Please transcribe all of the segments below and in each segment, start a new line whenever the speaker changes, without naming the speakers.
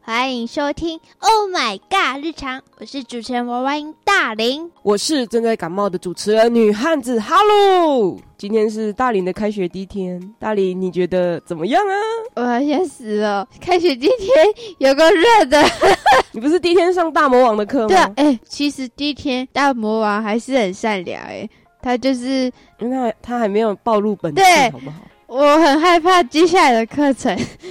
欢迎收听《Oh My God 日常》，我是主持人娃娃音大林。
我是正在感冒的主持人女汉子哈喽。今天是大林的开学第一天，大林你觉得怎么 样啊？
我要先死了！开学第一天有个热 的，
你不是第一天上大魔王的课
对啊
吗？，
哎、其实第一天大魔王还是很善良、哎，他就是
因为他还他还没有暴露本
对
性，好不好？
我很害怕接下来的课程，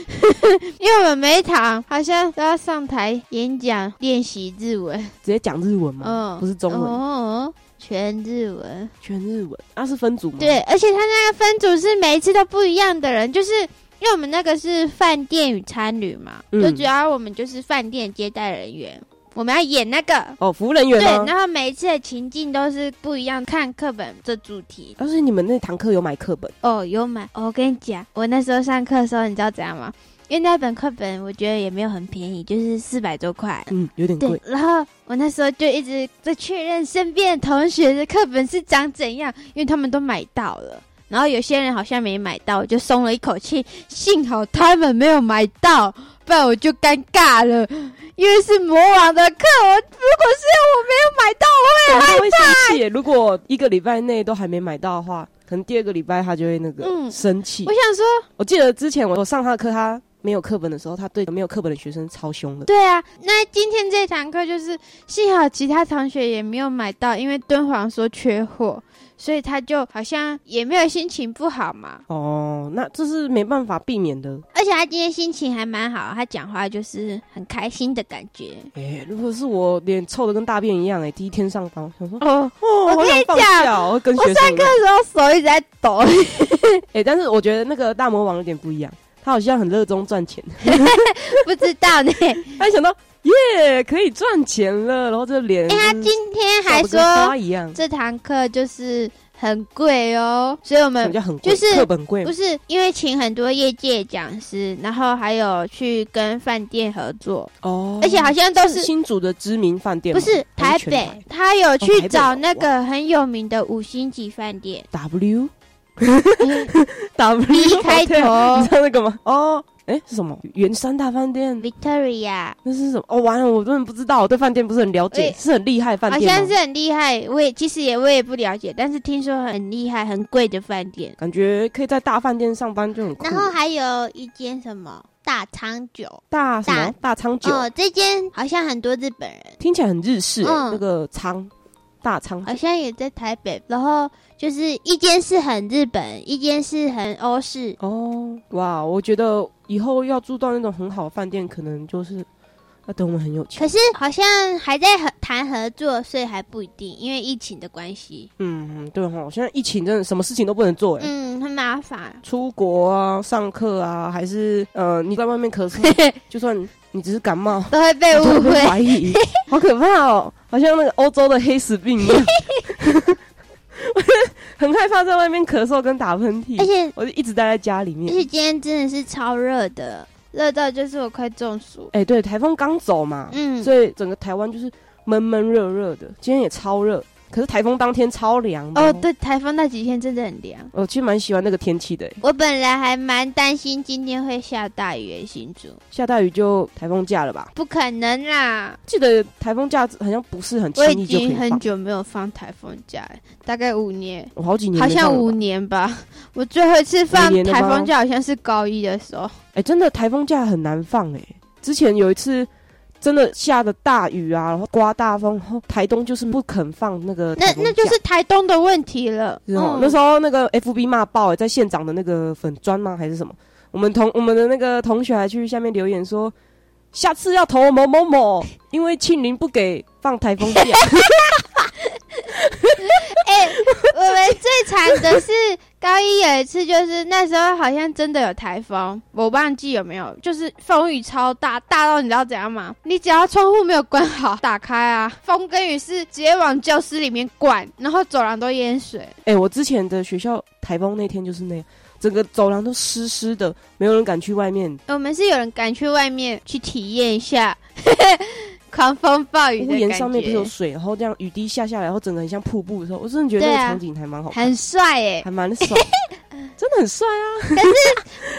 因为我们每一堂好像都要上台演讲练习日文，
直接讲日文吗？
嗯
不是中文，
哦，全日文。
全日文。啊，是分组吗？，
对，而且他那个分组是每一次都不一样的人，就是因为我们那个是饭店与餐旅嘛，
嗯
就主要我们就是饭店接待人员，我们要演那个。
哦，服务人员
对，
吗？
然后每一次的情境都是不一样，看课本的主题
但是啊你们那堂课有买课本，
哦。有买、哦我跟你讲，我那时候上课的时候，你知道怎样吗？因为那本课本我觉得也没有很便宜，就是四百多块。
嗯，有点
对
贵，，
然后我那时候就一直在确认身边的同学的课本是长怎样，因为他们都买到了。然后有些人好像没买到，我就松了一口气，幸好他们没有买到，不然我就尴尬了。因为是魔王的课，我如果是我没有买到，
对，他会生气耶。如果一个礼拜内都还没买到的话，可能第二个礼拜他就会那个、
嗯
生气
我。想说，
我记得之前我我上他的课，他没有课本的时候，他对没有课本的学生超凶的。
对啊，那今天这堂课就是幸好其他同学也没有买到，因为敦煌说缺货，所以他就好像也没有心情不好嘛。
哦，那这是没办法避免的。
而且他今天心情还蛮好，他讲话就是很开心的感觉。
哎、如果是我脸臭的跟大便一样、哎，第一天上班，我想说，
哦，
哦，
我
好
跟
想
你
放
讲
假哦，我跟
我
学生一样。
那时候手一直在抖，
哎、但是我觉得那个大魔王有点不一样，他好像很热衷赚钱，
不知道呢。哎、
他一想到耶可以赚钱了，然后这脸就是
他
笑得跟
今天还
花
说
一样，
这堂课就是很贵哦，所以我
什
们
么叫很
就
贵？
是
课本贵
不
吗，
是因为请很多业界讲师，然后还有去跟饭店合作，
哦，
而且好像都是。
新竹的知名饭店
不
吗，
是台
还全
北，他有
哦
去
台北
找
有
那个很有名的五星级饭 店
W
哎
W
，B 开
你
头
知道那个吗？哦，哎、是什么？圆山大饭店。
，Victoria，
那是什么？哦，完了，我真的不知道，我对饭店不是很了解，
喂
是很厉害饭
好
店吗
啊像是很厉害，我也其实也我也不了解，但是听说很厉害、很贵的饭店。
感觉可以在大饭店上班就很酷。
然后还有一间什么大仓酒，
大什么大仓酒、
哦，这间好像很多日本人，
听起来很日式、欸
嗯哎
那个仓大仓
好像也在台北。然后就是一间是很日本，一间是很欧式。
哦，哇，我觉得以后要住到那种很好的饭店，可能就是要等我们很有
可
钱。
是好像还在合谈合作，所以还不一定，因为疫情的关系，
嗯，对哈，现在疫情真的什么事情都不能做哎、
嗯，很麻烦。
出国啊，上课啊，还是呃，你在外面咳嗽， 就算你只是感冒，
都会 被
都
误
会被
会。
怀疑，好可怕哦，好像那个欧洲的黑死病一样。 我很害怕在外面咳嗽跟打喷
而
嚏，
且
我就一直待在家里
而
面
且。今天真的是超热的，热到就是我快中暑。
哎、对，台风刚走嘛，
嗯，
所以整个台湾就是闷闷热热的。今天也超热，可是台风当天超凉的
哦，。对，台风那几天真的很凉。
我其实蛮喜欢那个天气的、哎
我本来还蛮担心今天会下大雨的新竹，
下大雨就台风假了吧？
不可能啦！
记得台风假好像不是很轻
我
易
已
就可以
经
放
很，久没有放台风假了，大概五年，
我好几年
好
没放
像
了吧
五年吧。我最后一次放
五年了吗
台风假好像是高一的时候，
哎、真的台风假很难放哎、之前有一次真的下的大雨啊，然后刮大风，然后台东就是不肯放那个
那
台风
那就
假
是台东的问题了。嗯
是哦、那时候那个 FB 骂爆、欸，在县长的那个粉砖吗？还是什么？我们同我们的那个同学还去下面留言说，下次要投某某某，因为庆林不给放台 风假。
哎、我们最惨的是高一有一次，就是那时候好像真的有台风，我忘记有没有，就是风雨超大，大到你知道怎样吗？你只要窗户没有关好，打开啊，风跟雨是直接往教室里面灌，然后走廊都淹水。
哎、我之前的学校台风那天就是那样，整个走廊都湿湿的，没有人敢去外面，
我们是有人赶去外面去体验一下 狂风暴雨
屋
的
檐
感
上面不是有
觉，
水，然后这样雨滴下下来，然后整个很像瀑布的时候，我真的觉得那
对
个
啊
场景还蛮好看，
很帅哎、
还蛮爽，真的很帅啊。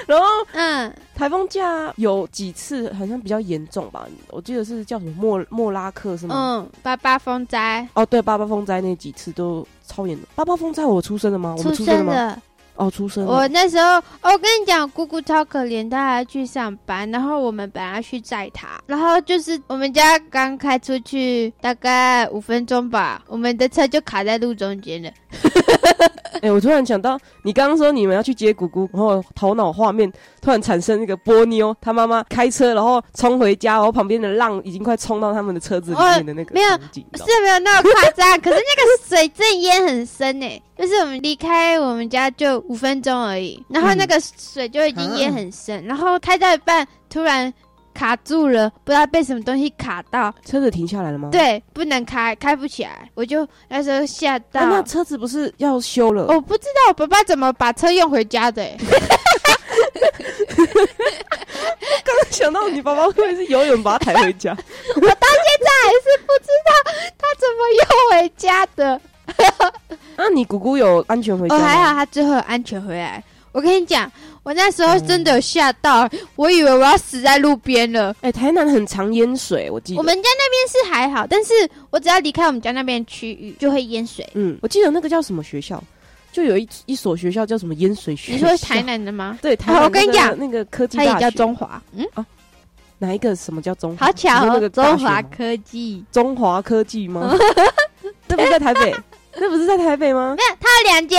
然后
嗯，
他台风假有几次好像比较严重吧？我记得是叫什么莫莫拉克是吗？
嗯，八八风灾
哦，对，八八风灾那几次都超严重。八八风灾我出生了吗？我们出生
生
了吗？
了。
哦，出生了。
我那时候，哦我跟你讲，姑姑超可怜，她还去上班，然后我们本来去载她，然后就是我们家刚开出去大概五分钟吧，我们的车就卡在路中间了。
哎、我突然想到，你刚刚说你们要去接姑姑，然后头脑画面突然产生那个波妞，她妈妈开车然后冲回家，然后旁边的浪已经快冲到他们的车子里面的那个
哦没有
场景，你知道吗
是没有那么夸张，可是那个水正淹很深呢、就是我们离开我们家就五分钟而已，然后那个水就已经淹很
嗯
深，然后开到一半突然卡住了，不知道被什么东西卡到，
车子停下来了吗？啊
对，不能开，开不起来，我就那时候吓到。哦
啊、那车子不是要修了？
我不知道我爸爸怎么把车用回家的、欸，
想到你爸爸会不会是游泳把他抬回家？
还是不知道他怎么用回家的。
那、你姑姑有安全回家
哦，
吗？
还好他最后有安全回来。我跟你讲，我那时候真的有吓到，
嗯
我以为我要死在路边了。
哎、台南很常淹水，我记得。
我们家那边是还好，但是我只要离开我们家那边的区域就会淹 水。
嗯，我记得那个叫什么学校，就有一一所学校叫什么淹水学
你
校。
说台？南的吗？
对，台南、
我跟你讲
那个科技
它
大
也
学
叫中华，嗯，
哪一个什么叫中华？
好巧
你说那
哦，
个
中
大
华
学吗
科技。
中华科 技吗？那不是在台北？那不是在台北吗？
没有，它有啊两间，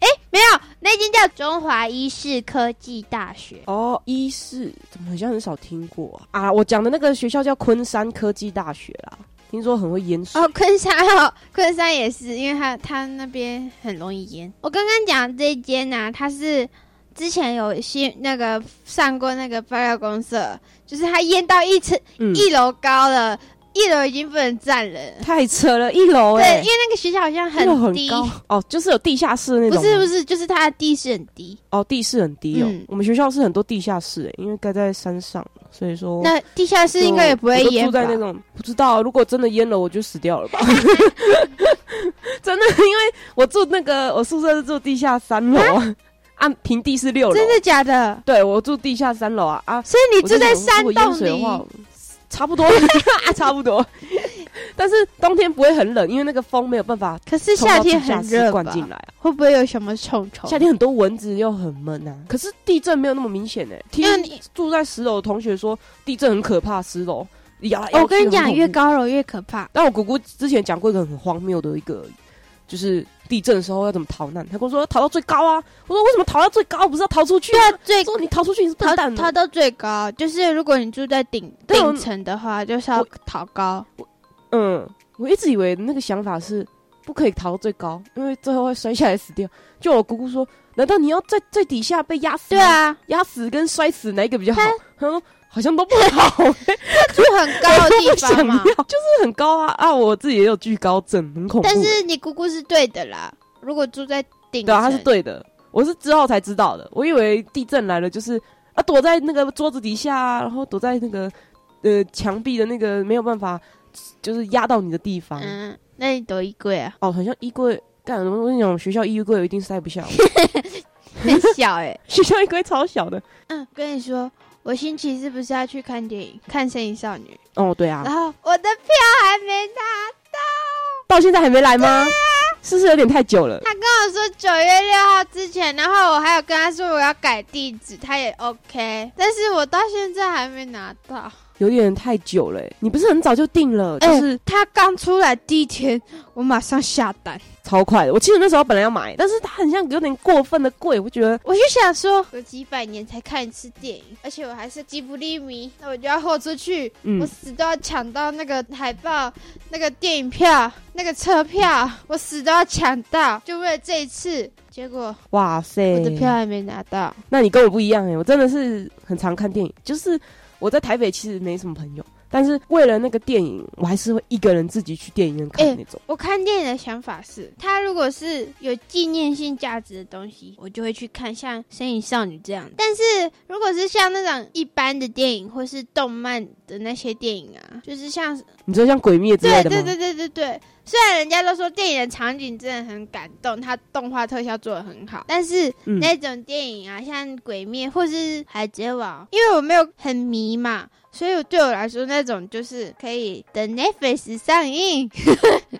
哎，没有，那间叫中华医事科技大学。
哦，一是怎么好像很少听过啊？啊我讲的那个学校叫昆山科技大学啦，听说很会淹水。
哦，昆山哦，昆山也是，因为它它那边很容易淹。我刚刚讲这一间呢、它是之前有新那个上过那个爆料公社，就是它淹到一层、
嗯，
一楼高了，一楼已经不能站人。
太扯了，一楼
对，
哎、
因为那个学校好像
一楼很
低，
高 哦，就是有地下室那种吗。
不是不是，就是它的地势很低。
哦，地势很低哦、
嗯
我们学校是很多地下室、欸，因为盖在山上，所以说
那地下室应该也不会
哦我就
淹
哦住在
吧？
那种不知道，如果真的淹了，我就死掉 了吧。真的，因为我住那个我宿舍是住地下三楼啊，啊，平地是六楼。
真的假的？
对，我住地下三楼啊啊！
所以你
我
住
就
在
想
山
说如果淹
洞
水的
里，
话，差不多， 啊差不多。但是冬天不会很冷，因为那个风没有办法
可是
冲
夏
到
天
地下
很
室
热吧
灌？进来啊。
会不会有什么虫虫？
夏天很多蚊子又很闷啊，可是地震没有那么明显哎、听
因为你
住在十楼的同学说地震很可怕，十楼呀，
哦我跟你讲，越
高。
高楼越可怕。
但我姑姑之前讲过一个很荒谬的一个，就是地震的时候要怎么逃难。她跟我说逃到最高啊，我说为什么逃到最高？不是要逃出去
对
吗？
啊，最
她说你逃出去你是笨
逃
蛋啊
逃
的。
到最高，就是如果你住在顶
对我
顶层的话，就是要
我
逃高。
嗯，我一直以为那个想法是不可以逃到最高，因为最后会摔下来死掉。就我姑姑说，难道你要在最底下被压死？
对，啊，
压死跟摔死哪一个比较好
她？
她说好像都不 好，
住很高的
我
地
想
方
要
嘛。
就是很高啊啊！我自己也有惧高症，很恐怖。
但是你姑姑是对的啦，如果住在顶层，
对啊，他是对的。我是之后才知道的，我以为地震来了就是啊，躲在那个桌子底下啊，然后躲在那个呃墙壁的那个没有办法，就是压到你的地方。
嗯，那你躲衣柜啊，
哦，好像衣柜，干，我跟你讲，我们学校衣柜一定塞不 下我，
很小哎、
学校衣柜超小的。
嗯，跟你说，我星期四不是要去看电影，看《神隐少女
哦，对》，啊
然，后我的票还没拿到。
到现在还没来吗？
啊
是不是有点太久了？
他跟我说九月六号之前，然后我还有跟他说我要改地址，他也 OK，但是我到现在还没拿到。
有点太久了欸、你不是很早就定了，就
哎
是
他刚出来第一天，我马上下单，
超快的。我记得那时候本来要买，但是它很像有点过分的贵，我觉得
我就想说，我几百年才看一次电影，而且我还是吉卜力迷，那我就要豁出去，
嗯
我死都要抢到那个海报、那个电影票、那个车票，我死都要抢到，就为了这一次。结果
哇塞，
我的票还没拿到，
那你跟我不一样哎、我真的是很常看电影，就是我在台北其实没什么朋友，但是为了那个电影，我还是会一个人自己去电影院看
哎
那种。
我看电影的想法是，他如如果是有纪念性价值的东西，我就会去看，像《身影少女》这样。但是如果是像那种一般的电影或是动漫的那些电影啊，就是像
你说像鬼灭之
对
类的吗？
对对对对对，虽然人家都说电影的场景真的很感动，它动画特效做的很好，但是
嗯
那种电影啊，像《鬼灭》或是《海贼王》，因为我没有很迷嘛，所以对我来说那种就是可以等 Netflix 上映。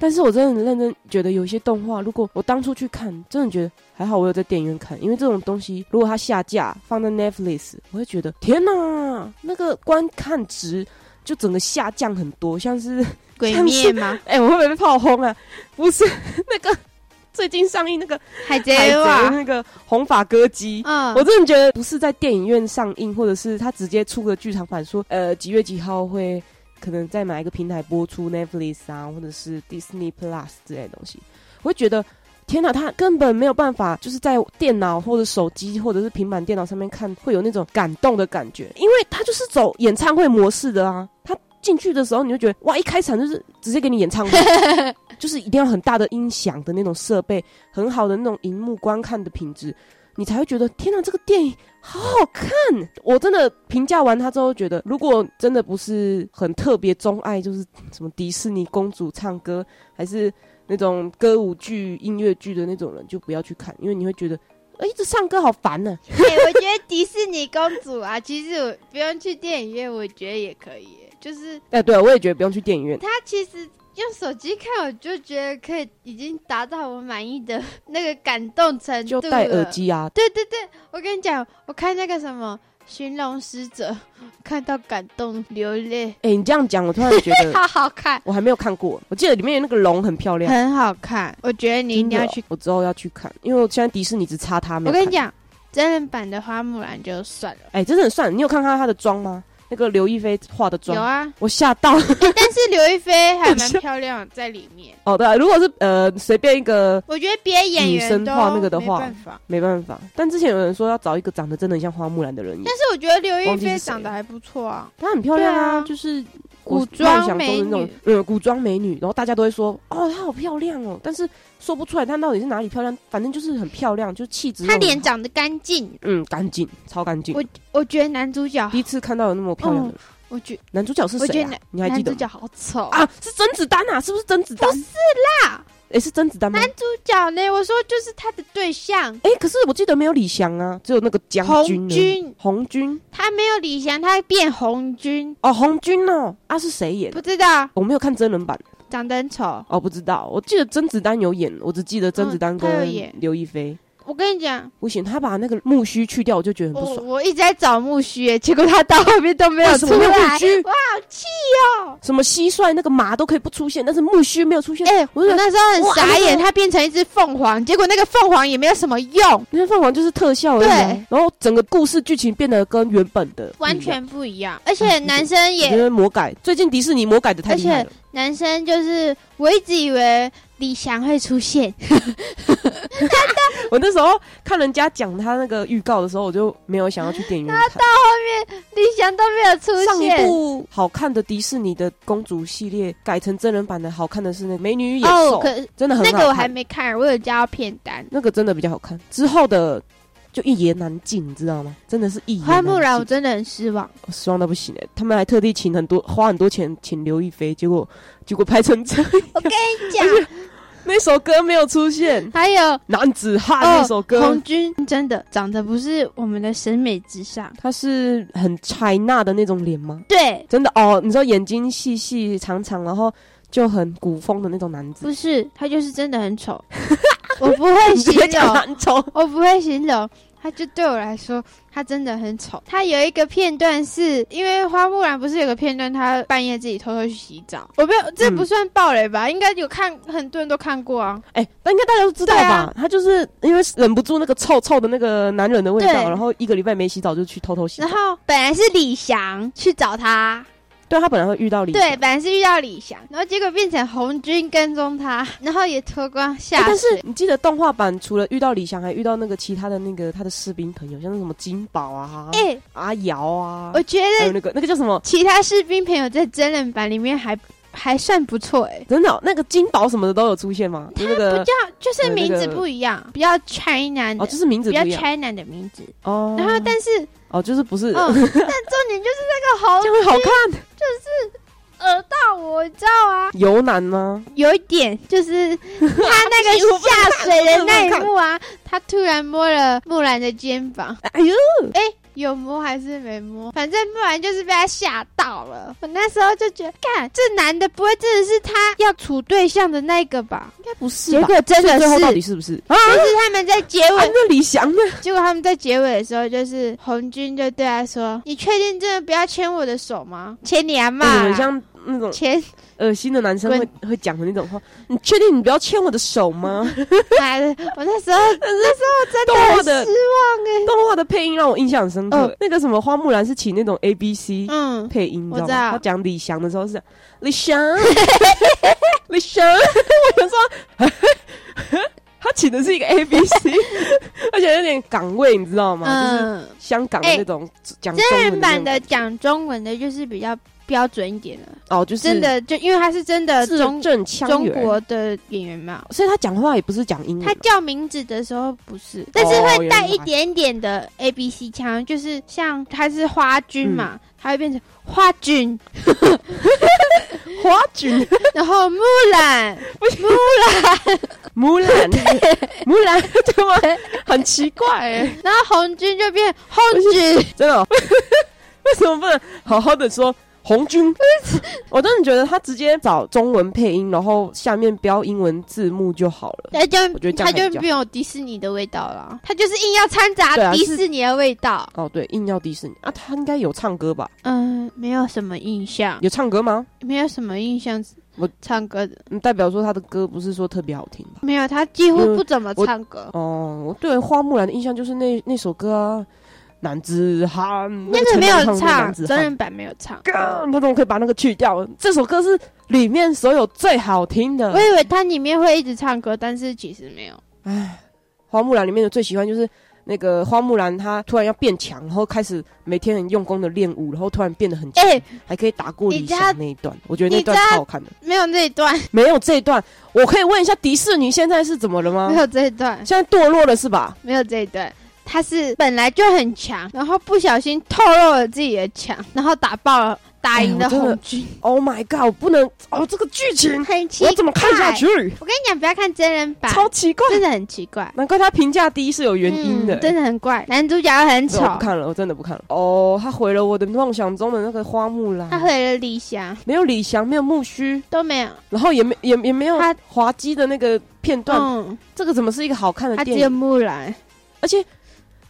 但是我真的很认真觉得，有一些动画，如果我当初去看，真的觉得还好，我有在电影院看，因为这种东西如果它下架放在 Netflix，我会觉得天哪，那个观看值就整个下降很多，像是
鬼灭吗？
哎、我会不会被炮轰啊？不是 那个最近上映那个
海
海
贼嗯
贼
王，
那个红发歌姬。
嗯，
我真的觉得不是在电影院上映，或者是他直接出个剧场版说，呃几月几号会可能在哪一个平台播出 Netflix 啊，或者是 Disney Plus 之类的东西，我会觉得天哪，他根本没有办法，就是在电脑或者手机或者是平板电脑上面看，会有那种感动的感觉，因为他就是走演唱会模式的啊，他。进去的时候，你就觉得哇，一开场就是直接给你演唱会，就是一定要很大的音响的那种设备，很好的那种荧幕观看的品质，你才会觉得天哪，这个电影好好看！我真的评价完它之后，觉得如果真的不是很特别钟爱，就是什么迪士尼公主唱歌，还是那种歌舞剧、音乐剧的那种人，就不要去看，因为你会觉得，哎、这唱歌好烦啊呢、
对，哎我觉得迪士尼公主啊，其实我不用去电影院，我觉得也可以耶，就是
哎、对，我也觉得不用去电影院。
它其实用手机看，我就觉得可以已经达到我满意的那个感动程度
就
了。
戴耳。机啊，
对对对，我跟你讲，我看那个什么《寻龙使者》，看到感动流泪，
哎、你这样讲，我突然觉得
好好看，
我还没有看过。我记得里面有那个龙很漂亮，
很好看，我觉 得你一定要
啊真的哦
去。
我之后要去看，因为我现在迪士尼只差它没
我
有
跟
看
你讲，真人版的花木兰就算了，
哎、真的很帅！你有看到他的妆吗？那个刘亦菲化的妆，
有啊，
我吓到。
但是刘亦菲还
我
蛮
笑
漂亮的在里面。
哦，对、啊，如果是呃随便一个
我觉得别的演员
女生
都
画那个的话
没办法。
没办法，但之前有人说要找一个长得真的很像花木兰的 人演
但，是我觉得刘亦
忘记
菲
是谁
长得还不错啊，
她很漂亮啊，
对啊
就是
古
我
装
梦想中的那种
美女，
嗯，古装美女，然后大家都会说哦她好漂亮哦，但是说不出来她到底是哪里漂亮，反正就是很漂亮，就气质又
她
很好。
脸长得干净。
嗯干净，超干净。
我觉得男主角，
第一次看到有那么漂亮的人，
我觉
男主角是
我觉
谁
得
啊
男？
你还
男
记
主
得吗
角好丑啊！
啊？是甄子丹啊？是不是甄子丹？
不
是啦，哎、是甄子丹吗？
主角呢？我说就是他的对象，
哎、可是我记得没有李翔啊，只有那个将
红
军而已。
军，
红军
他没有李翔，他变红军，
哦，红军哦，啊是谁演？
不知道
我没有看真人版
长得很丑。
哦，不知道。我记得甄子丹有演，我只记得甄子丹
嗯他有
跟
演
刘亦菲。
我跟你讲，
不行，他把那个木须去掉，我就觉得很
我
不爽。
我一直在找木须耶，结果他到后面都没有
为
出
什么没有
来
木。须？
好气哦！
什么蟋蟀那个马都可以不出现，但是木须没有出现。
哎、我
我就
那时候很
哇
傻眼，
那个
他变成一只凤凰，结果那个凤凰也没有什么用，
那凤凰就是特效而已啊、
对
然后整个故事剧情变得跟原本的不一样
完全不一样。而且男生也
我觉得魔改，最近迪士尼魔改的太厉害了。
男生就是，我一直以为李翔会出现，
我那时候看人家讲他那个预告的时候，我就没有想要去电影院看。
李翔都没有出
上一
现。
部好看的迪士尼的公主系列改成真人版的，好看的是那《美女与野
哦，》
兽
可
真的很好
那
看。
个我还没看，我有加到片单。
那个真的比较好看。之后的就一言难尽，你知道吗？真的是一言
花
难
木
尽。
兰我真的很失望，
我失望到不行哎、他们还特地请很多花很多钱请刘亦菲，结果结果拍成这样，
讲
那首歌没有出现。
还有
男子汉
哦
那首歌
红，军真的长得不是我们的审美之上，
他、是很 China 的那种脸吗？
对，
真的哦，你知道眼睛细细长长，然后就很古风的那种男子，
不是他就是真的很 丑，我不会
直
形
接讲
容，
男丑。
我不会形容。他就对我来说，他真的很丑。他有一个片段是因为花木兰不是有个片段，她半夜自己偷偷去洗澡。我没有，这
嗯
不算暴雷吧？应该有看，很多人都看过啊。
哎、但应该大家都知道
对
吧？
啊
他就是因为忍不住那个臭臭的那个男人的味
对
道，然后一个礼拜没洗澡就去偷偷洗澡
然。后本来是李翔去找他，
对他本来会遇到李
对，
翔，哎
本来是遇到李翔，然后结果变成红军跟踪他，然后也脱光下
哎
水。
但是你记得动画版除了遇到李翔，还遇到那个其他的那个他的士兵朋友，像是什么金宝啊、
哎、
阿瑶啊
哦我，觉
还
得
哎有那个那个叫什么？
其他士兵朋友在真人版里面还还算不错哎、
真的哦、那个金宝什么的都有出现吗？就那
不
个
叫就是
呃
名
那
字
个
不一样，比较 China 的，
哦，就是名字
比
不
较
一样
China 的名字。
哦。
然后，但是，
哦，就是不是、
嗯，但重点就是那个
这
猴
样会好看？
耳到我，你知道啊，
由男吗？
有一点就是他那
行
个
我不能
下水的那
我不能
一
看
幕啊，他突然摸了木兰的肩膀，
哎呦，
有摸还是没摸，反正木兰就是被他吓到了。我那时候就觉得，干这男的不会真的是他要处对象的那个吧？
应该不是
结
吧？
果真的
最后
是，
到
就
底
是
是不是啊？
他们在结尾
啊那李翔呢？
结果他们在结尾的时候，就是红军就对他说：“你确定真的不要牵我的手吗？牵你阿妈、
哎你们像那种
牵
恶心的男生会会讲的那种话，你确定你不要牵我的 手吗？
妈的！”我那时候那时
动
候
画
很失
的
望哎、
动画的配音让我印象很深刻。
嗯
那个什么花木兰是请那种 A B C
嗯，
配音，你
我
知道
知道
吗？他讲李翔的时 候是李翔，李翔，我想说， 他请的是一个 A B C，而 且有点岗位，你知道吗？就是
嗯，
香港的
哎
那种讲中
真
文
人版
那
的
种
讲中文的就是比较标准一点了，
哦，就是
真的就因为他是真的
字
中
正腔
中
圆，
国的演员嘛，
所以他讲话也不是讲英文
他
嘛，
叫名字的时候不是，但是会带一点点的 A B C 腔，就是像他是花军嘛，他会变成花军，
花卷。
然后木兰。
木兰，木兰，对吗？很奇怪哎，
然后红军就变红军，
真的哦、 为什么不能好好的说红军？我真的觉得他直接找中文配音，然后下面标英文字幕就好了。
他就
我觉得这
他
样还比较
就没有迪士尼的味道了，他就是硬要掺杂
对啊
迪士尼的味道。
哦，对，硬要迪士尼啊，他应该有唱歌吧？
嗯，没有什么印象，
有唱歌吗？
没有什么印象。
我
唱歌的
嗯，代表说他的歌不是说特别好听吧？
没有，他几乎不怎么
我
唱歌。
哦，我对花木兰的印象就是那那首歌啊，男子汉，
那
个
个没有
陈百强唱的
唱，
男子
真
汉
人版没有唱。
干他怎么可以把那个去掉？这首歌是里面所有最好听的。
我以为他里面会一直唱歌，但是其实没有。
花木兰里面的最喜欢就是那个花木兰，她突然要变强，然后开始每天很用功的练武，然后突然变得很强，
哎、
还可以打过李翔那一段，我觉得那段
你知道
超好看的。
没有这一段，
没有这一段，我可以问一下迪士尼现在是怎么了吗
没？有这一段，
现在堕落了是吧？
没有这一段。他是本来就很强，然后不小心透露了自己的强，然后打爆了打赢
哎
了
我真的
红军。
Oh my god！我不能哦，这个剧情
很奇
我
怪。
要怎么看下去？
我跟你讲，不要看真人版，
超奇怪，
真的很奇怪，
难怪他评价低是有原因的、
嗯真的很怪。男主角很
我不
丑，
看了，我真的不看了。哦，他毁了我的梦想中的那个花木兰，
他毁了理想
没有李翔，没有木须，
都没有，
然后也没也也没有
他
滑稽的那个片段，
嗯，
这个怎么是一个好看的
他只
电
有
影？
木兰，
而且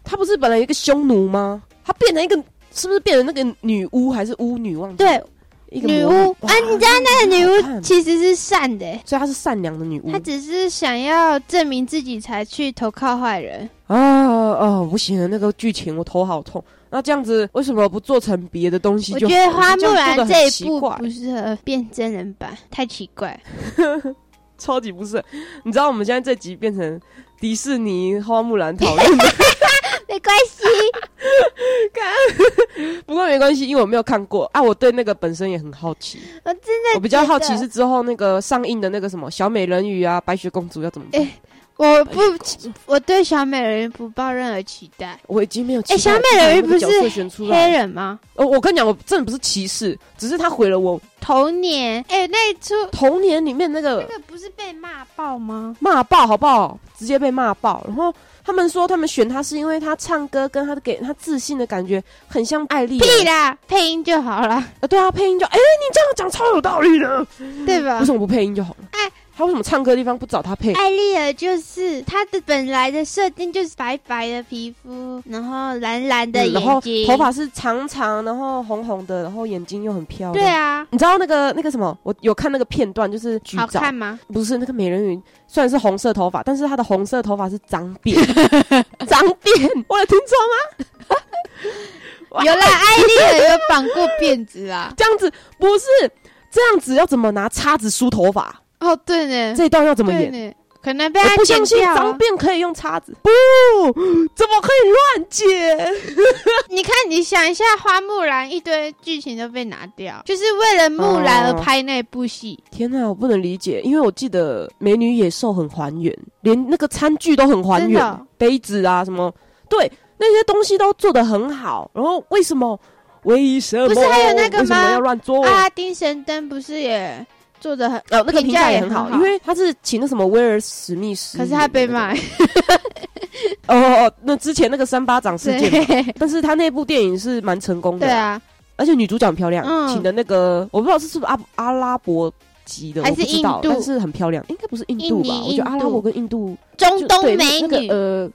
他不是本来有一个匈奴吗？他变成一个是不是变成那个女巫还是巫女？忘记
对，
一个
女
魔
巫
哇
啊，你知道那个女
好
巫
看
其实是善的、
所以她是善良的女巫
她只是想要证明自己才去投靠坏人。
啊啊！不行了，那个剧情我头好痛。那这样子为什么不做成别的东西
我
就
觉
好
得花
了？
木兰
样做得
这
很
一
奇
部
怪
不适合变真人版，太奇 怪。
超级不是。你知道我们现在这集变成迪士尼花木 兰讨论吗？
没关系，
不过没关系，因为我没有看过啊，我对那个本身也很好奇。
我真的
我比较
觉
好
得
奇是之后那个上映的那个什么小美人鱼啊、白雪公主要怎么办？
哎我不，我对小美人鱼不抱任何期待。
我已经没有期待
哎小美人鱼
看到那个
不是
角色选出
黑
来？
人吗？
哦，我跟你讲，我真的不是歧视，只是他毁了我
童 年，哎、那一出
童年里面那个
那个不是被骂爆吗？
骂爆，好不好？直接被骂爆。然后他们说他们选他是因为他唱歌跟他给他自信的感觉很像艾丽儿。
屁啦，配音就好了，
呃对啊，配音就哎、你这样讲超有道理的，
对吧
为？嗯什么不配音就好了？
啊哎
他为什么唱歌的地方不找他配？
艾丽儿就是她的本来的设定就是白白的皮肤，然后蓝蓝的
嗯然后
眼睛，
头发是长长，然后红红的，然后眼睛又很漂亮。
对啊，
你知道那个那个什么？我有看那个片段，就是剧
好
照，
看吗？
不是那个美人鱼，虽然是红色头发，但是她的红色头发是脏 辫，脏辫，我有听错吗？ 哇
有啦，艾丽儿有绑过辫子啊。
这样子不是这样子，要怎么拿叉子梳头发？
哦，对呢，
这一段要怎么
对
演？
呢，可能被
我
他
不
剪
相信
掉
脏
啊。
辫可以用叉子，不，怎么可以乱剪？
你看，你想一下，花木兰一堆剧情都被拿掉，就是为了木兰而拍那部戏。
天哪，我不能理解，因为我记得《美女野兽》很还原，连那个餐具都很还
真的
原
哦，
杯子啊什么，对，那些东西都做得很好。然后为什么？为什么？
不是还有那个吗
为什么要乱做？
阿拉丁啊神灯不是也做的很，
呃，哦那个
评
评
价
价
也
也很好，
很好
因为他是请那什么威尔史密斯，
可是他被骂。。
哦哦，哦那之前那个三巴掌事件嘛，
对
但是他那部电影是蛮成功的
对，啊，
而且女主角很漂亮，
嗯
请的那个我不知道是是不是阿阿拉伯籍的，
还
我不
是
知道
印度
但是很漂亮，应该不是印度吧
印？尼
我觉得阿拉
印度
伯跟印度
中
就
东
对
美
那个
女，
呃，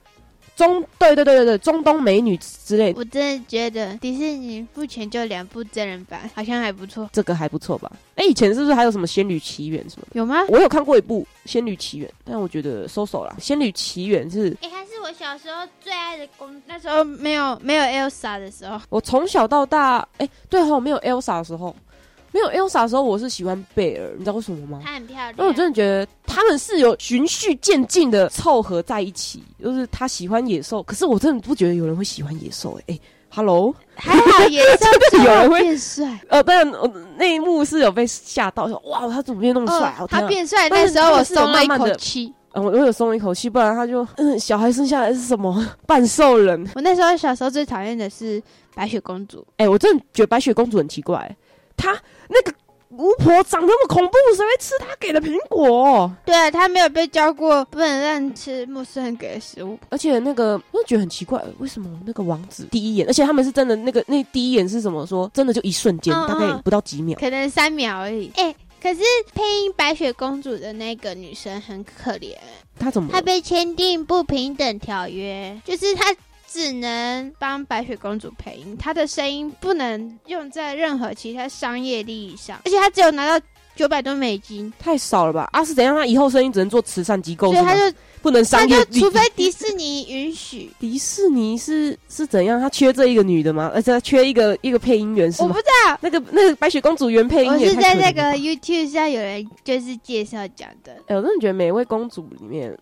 中对对对对对，中东美女之类，
我真的觉得迪士尼目前就两部真人版，好像还不错，
这个还不错吧？哎，以前是不是还有什么《仙女奇缘》什么的？
有吗？
我有看过一部《仙女奇缘》，但我觉得收手啦，《仙女奇缘》是
哎、还是我小时候最爱的公，那时候没有没有 Elsa 的时候，
我从小到大，哎、对吼、没有 Elsa 的时候，没有 Elsa 的时候，我是喜欢贝尔，你知道为什么吗？
她很漂
哦因为我
亮。
真的觉得他们是有循序渐进的凑合在一起，就是他喜欢野兽，可是我真的不觉得有人会喜欢野兽、哎、h e l l o
还好也是
真的有人会
变帅，
呃，但我那一幕是有被吓到，说哇，他怎么变那么帅、啊？
哦
我天
他
啊
变帅
但
那
是
时候我
他是有
松了一
慢慢
口
地
气。
呃我我有松一口气，不然他就嗯，小孩生下来是什么半兽人？
我那时候小时候最讨厌的是白雪公主，
哎、我真的觉得白雪公主很奇怪、她那个巫婆长那么恐怖，谁会吃她给的苹果？
对啊，她没有被教过不能乱吃陌生人给的食物。
而且那个，我就觉得很奇怪，为什么那个王子第一眼，而且他们是真的那个那第一眼是什么说，真的就一瞬间，
嗯嗯
大概不到几秒。
可能三秒而已。哎、可是配音白雪公主的那个女生很可怜，
他怎么
她被签订不平等条约，就是她只能帮白雪公主配音，她的声音不能用在任何其他商业利益上，而且她只有拿到九百多美金，
太少了吧？啊，是怎样？他以后生意只能做慈善机构，
所以
是吗
她就
不能
她
商业
就
利益。
除非迪士尼允许。
迪士尼是是怎样？他缺这一个女的吗？而且他缺一个一个配音 员是
我
吗
不？知道，
那个那个白雪公主原配音
我
也
是在
太可
那
怜了
个
吧
YouTube 上有人就是介绍讲的。
哎、我真的觉得每一位公主里面，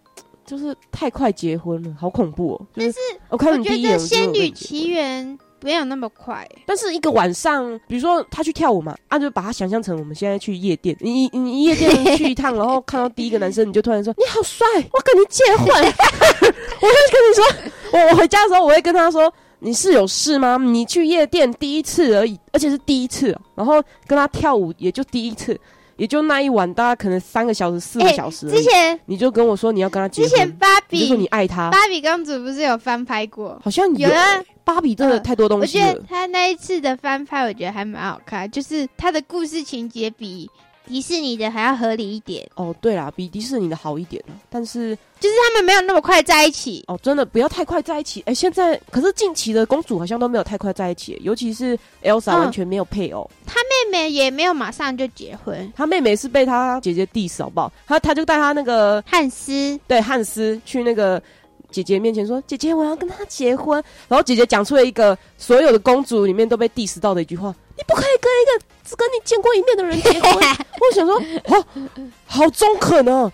就是太快结婚了，好恐怖哦！就是我看
我
你
觉
第一
得《
眼就有
仙女
感觉
奇缘》没有那么快，
但是一个晚上，比如说他去跳舞嘛，啊，就把他想象成我们现在去夜店，你你你夜店去一趟，然后看到第一个男生，你就突 然说你好帅，我跟你结婚， 我就跟你说，我我回家的时候我会跟他说。你是有事吗？你去夜店第一次而已，而且是第一次哦、然后跟他跳舞也就第一次，也就那一晚，大概可能三个小时、四个
哎
小时而已、
之前
你就跟我说你要跟他结
之
婚，
前芭
你就
比
说你爱他，
芭比公主不是有翻拍过？
好像有
有啊，
芭比真的
嗯
太多
我
东西
觉
了。
得她那一次的翻拍，我觉得还蛮好看，就是她的故事情节比迪士尼的还要合理一点，
哦，对啦，比迪士尼的好一点啦，但是
就是他们没有那么快在一起。
哦，真的不要太快在一起。哎，现在可是近期的公主好像都没有太快在一起，尤其是 Elsa
嗯
完全没有配偶，
妹妹也没有马上就结婚。
她妹妹是被她姐姐 diss 好不好？她她就带她那个
汉斯
对汉斯去那个。姐姐面前说：“姐姐，我要跟他结婚。”然后姐姐讲出了一个所有的公主里面都被 diss 到的一句话：“你不可以跟一个只跟你见过一面的人结婚。”我想说，哦，好中肯哦，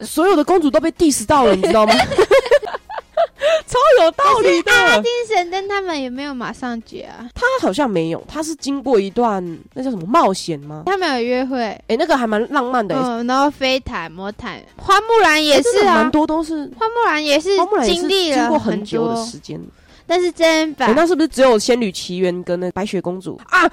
所有的公主都被 diss 到了，你知道吗？超有道理的。
精神灯他们也没有马上结啊，
他好像没有，他是经过一段那叫什么冒险吗？
他们有约会，
哎、那个还蛮浪漫的、欸。
嗯，然后飞毯、魔毯，花木兰也
诶哎真的
是啊
蛮，多都是。
花木兰也是
花木兰也是
经历
经
了
过很久的
多
时间，
但是真人
诶
版
哎那是不是只有《仙女奇缘》跟那《白雪公主》啊？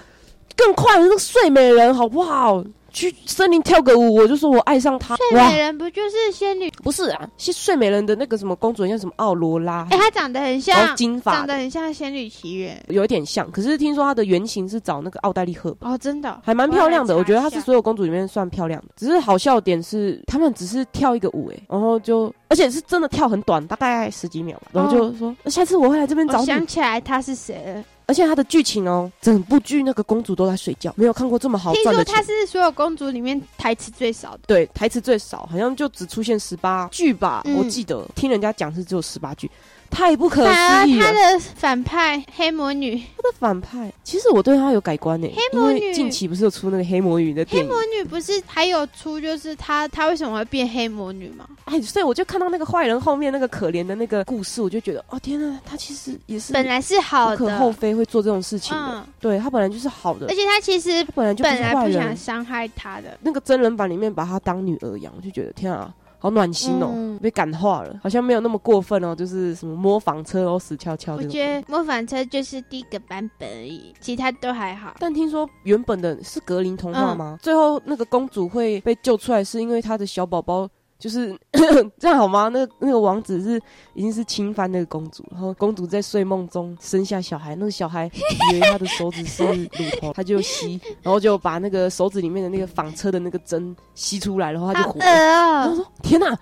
更快的那个睡美人好不好？去森林跳个舞，我就说我爱上她。
睡美人不就是仙女？
不是啊，是睡美人的那个什么公主叫什么奥罗拉，
哎，她长得很
然
像
后，哦金发
长
的
得很像《仙女奇缘》
有一点像，可是听说她的原型是找那个奥黛丽赫本。
哦，真的哦
还蛮漂亮的，
我要来
我
查
觉
一
得
下
她是所有公主里面算漂亮的。只是好笑的点是，她们只是跳一个舞、欸，然后就，而且是真的跳很短，大概十几秒吧。然后
哦
就说，下次我会来这边
我
找你。
想起来她是谁了，
而且她的剧情哦，整部剧那个公主都在睡觉，没有看过这么好
听
哦赚
说
的钱
她。是所有公主里面台词最少的。
对，台词最少，好像就只出现十八句吧，
嗯
我记得听人家讲是只有十八句。太不可
反而
哦思议了。
他的反派黑魔女，
他的反派，其实我对他有改观呢、因
魔女
为近期不是有出那个黑魔女的电
黑
影
魔，女不是还有出就是她，她为什么会变黑魔女吗？
哎，所以我就看到那个坏人后面那个可怜的那个故事，我就觉得，哦天呐，他其实也是
本来是好
无可厚
的，
非会做这种事情的，
嗯，
对他本来就是好的
而，且她其实
他本来就不
本
是
来
坏
不想
人。
伤害她的，
那个真人版里面把他当女儿养，我就觉得天啊，好暖心哦、
嗯
被感化了，好像没有那么过分哦、就是什么摸房车哦，死翘翘
我
这种。
觉得模仿车就是第一个版本而已，其他都还好。
但听说原本的是格林童话
嗯
吗？最后那个公主会被救出来，是因为她的小宝宝就是 这样好吗？那那个王子是已经是侵犯那个公主，然后公主在睡梦中生下小孩，那个小孩以为她的手指是乳头，她就吸，然后就把那个手指里面的那个纺车的那个针吸出来，然后她就
好
活
恶
了。然后
哦！
说：“天哪、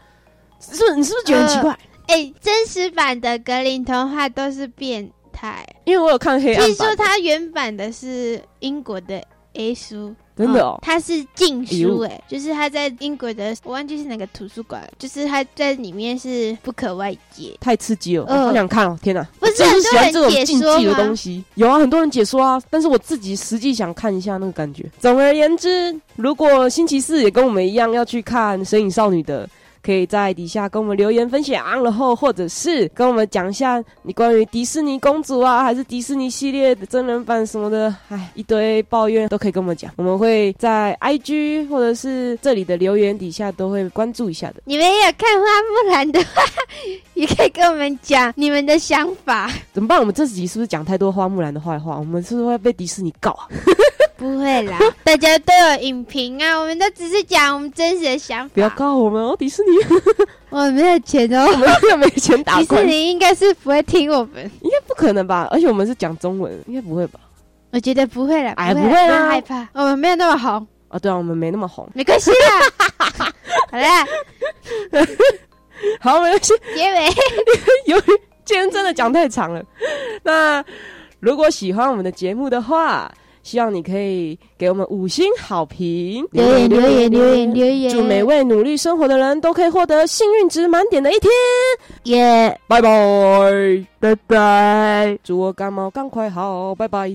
是不是你是不是觉得很奇怪？
哎、真实版的格林童话都是变态。
因为我有看黑暗
听说
版，
它原版的是英国的 A 书，
真的哦，
它是禁
哎呦
书哎、就是它在英国的，我忘记是哪个图书馆了，就是它在里面是不可外借。
太刺激了，我
嗯
好想看哦！天哪、
不是啊
就是喜欢
很
这
多
种
人解
竞
说
技的
吗？
东西。有啊，很多人解说啊，但是我自己实际想看一下那个感觉。总而言之，如果星期四也跟我们一样要去看《神隐少女》的。可以在底下跟我们留言分享，然后或者是跟我们讲一下你关于迪士尼公主啊，还是迪士尼系列的真人版什么的，唉，一堆抱怨都可以跟我们讲，我们会在 IG 或者是这里的留言底下都会关注一下的。
你们也有看花木兰的话， 也可以跟我们讲你们的想法。
怎么办？我们这集是不是讲太多花木兰的坏话？我们是不是会被迪士尼告啊？
不会 啦，大家都有影评啊，我们都只是讲我们真实的想
不要
法。
告我们哦，迪士尼，
我们没有钱哦，
我们又 没钱打
迪士
官司，
尼应该是不会听我们，
应该不可能吧？而且我们是讲中文，应该不会吧？
我觉得不会啦，
哎
不
不会
啦
啦
要害怕，我们没有那么红，
啊，对啊，我们没那么红。
没关系啦。 好啦，
好，没关 系，
结尾
由于今天真的讲太长了，那如果喜欢我们的节目的话，希望你可以给我们五星好评，
留言留言留言。留言，
祝每位努力生活的人都可以获得幸运值满点的一天，
耶，
拜拜！
拜拜。
祝我干猫赶快好，拜拜。